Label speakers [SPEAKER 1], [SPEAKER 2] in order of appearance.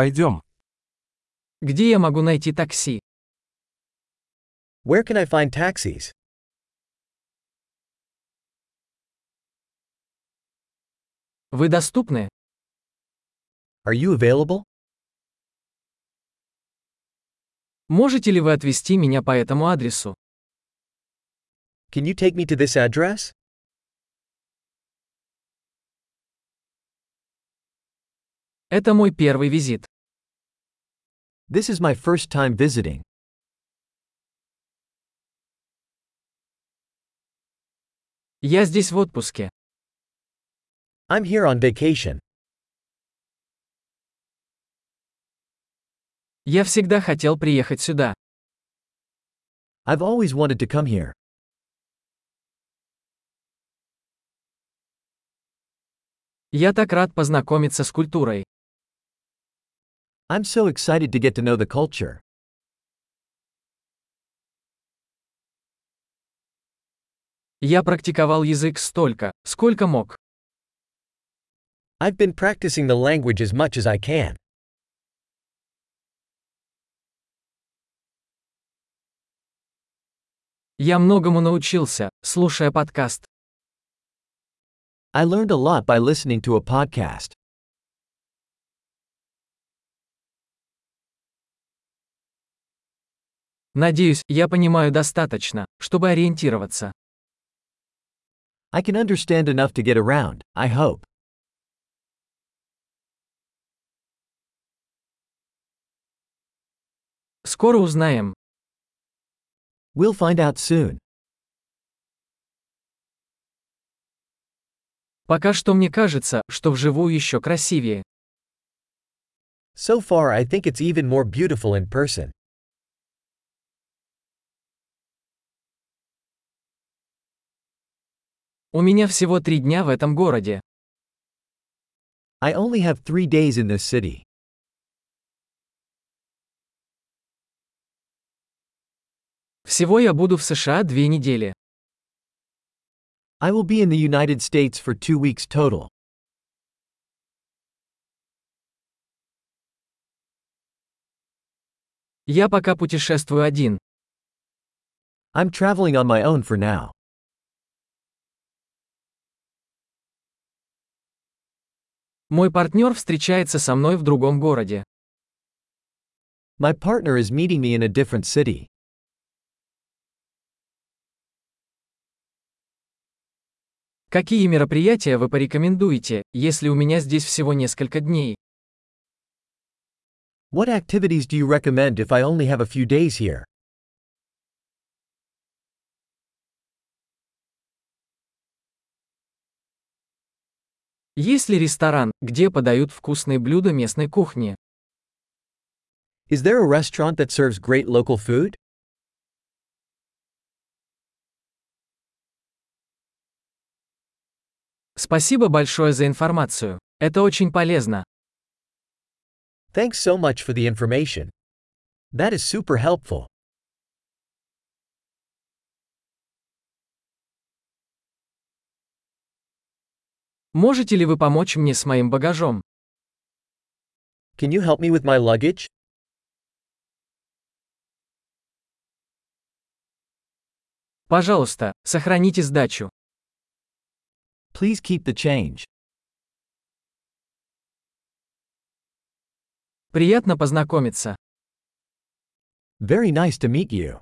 [SPEAKER 1] Пойдем.
[SPEAKER 2] Где я могу найти такси?
[SPEAKER 3] Where can I find taxis?
[SPEAKER 2] Вы доступны?
[SPEAKER 3] Are you available?
[SPEAKER 2] Можете ли вы отвезти меня по этому адресу?
[SPEAKER 3] Can you take me to this address?
[SPEAKER 2] Это мой первый визит.
[SPEAKER 3] This is my first time visiting.
[SPEAKER 2] Я здесь в отпуске.
[SPEAKER 3] I'm here on vacation.
[SPEAKER 2] Я всегда хотел приехать сюда.
[SPEAKER 3] I've always wanted to come here.
[SPEAKER 2] Я так рад познакомиться с культурой.
[SPEAKER 3] I'm so excited to get to know the culture.
[SPEAKER 2] Я практиковал язык столько, сколько мог.
[SPEAKER 3] I've been practicing the language as much as I can.
[SPEAKER 2] Я многому научился, слушая подкаст.
[SPEAKER 3] I learned a lot by listening to a podcast.
[SPEAKER 2] Надеюсь, я понимаю достаточно, чтобы ориентироваться.
[SPEAKER 3] I can understand enough to get around, I hope.
[SPEAKER 2] Скоро узнаем.
[SPEAKER 3] We'll find out soon.
[SPEAKER 2] Пока что мне кажется, что вживую еще красивее.
[SPEAKER 3] So far, I think it's even more beautiful in person.
[SPEAKER 2] У меня всего три дня в этом городе.
[SPEAKER 3] I only have three days in this city.
[SPEAKER 2] Всего я буду в США две недели.
[SPEAKER 3] I will be in the United States for two weeks total.
[SPEAKER 2] Я пока путешествую один.
[SPEAKER 3] I'm traveling on my own for now.
[SPEAKER 2] Мой партнер встречается со мной в другом городе.
[SPEAKER 3] My partner is meeting me in a different city.
[SPEAKER 2] Какие мероприятия вы порекомендуете, если у меня здесь всего несколько дней?
[SPEAKER 3] What activities do you recommend if I only have a few days here?
[SPEAKER 2] Есть ли ресторан, где подают вкусные блюда местной кухни?
[SPEAKER 3] Is there a restaurant that serves great local food?
[SPEAKER 2] Спасибо большое за информацию. Это очень полезно.
[SPEAKER 3] Thanks so much for the information. That is super helpful.
[SPEAKER 2] Можете ли вы помочь мне с моим багажом?
[SPEAKER 3] Can you help me with my luggage?
[SPEAKER 2] Пожалуйста, сохраните сдачу.
[SPEAKER 3] Please keep the change.
[SPEAKER 2] Приятно познакомиться.
[SPEAKER 3] Very nice to meet you.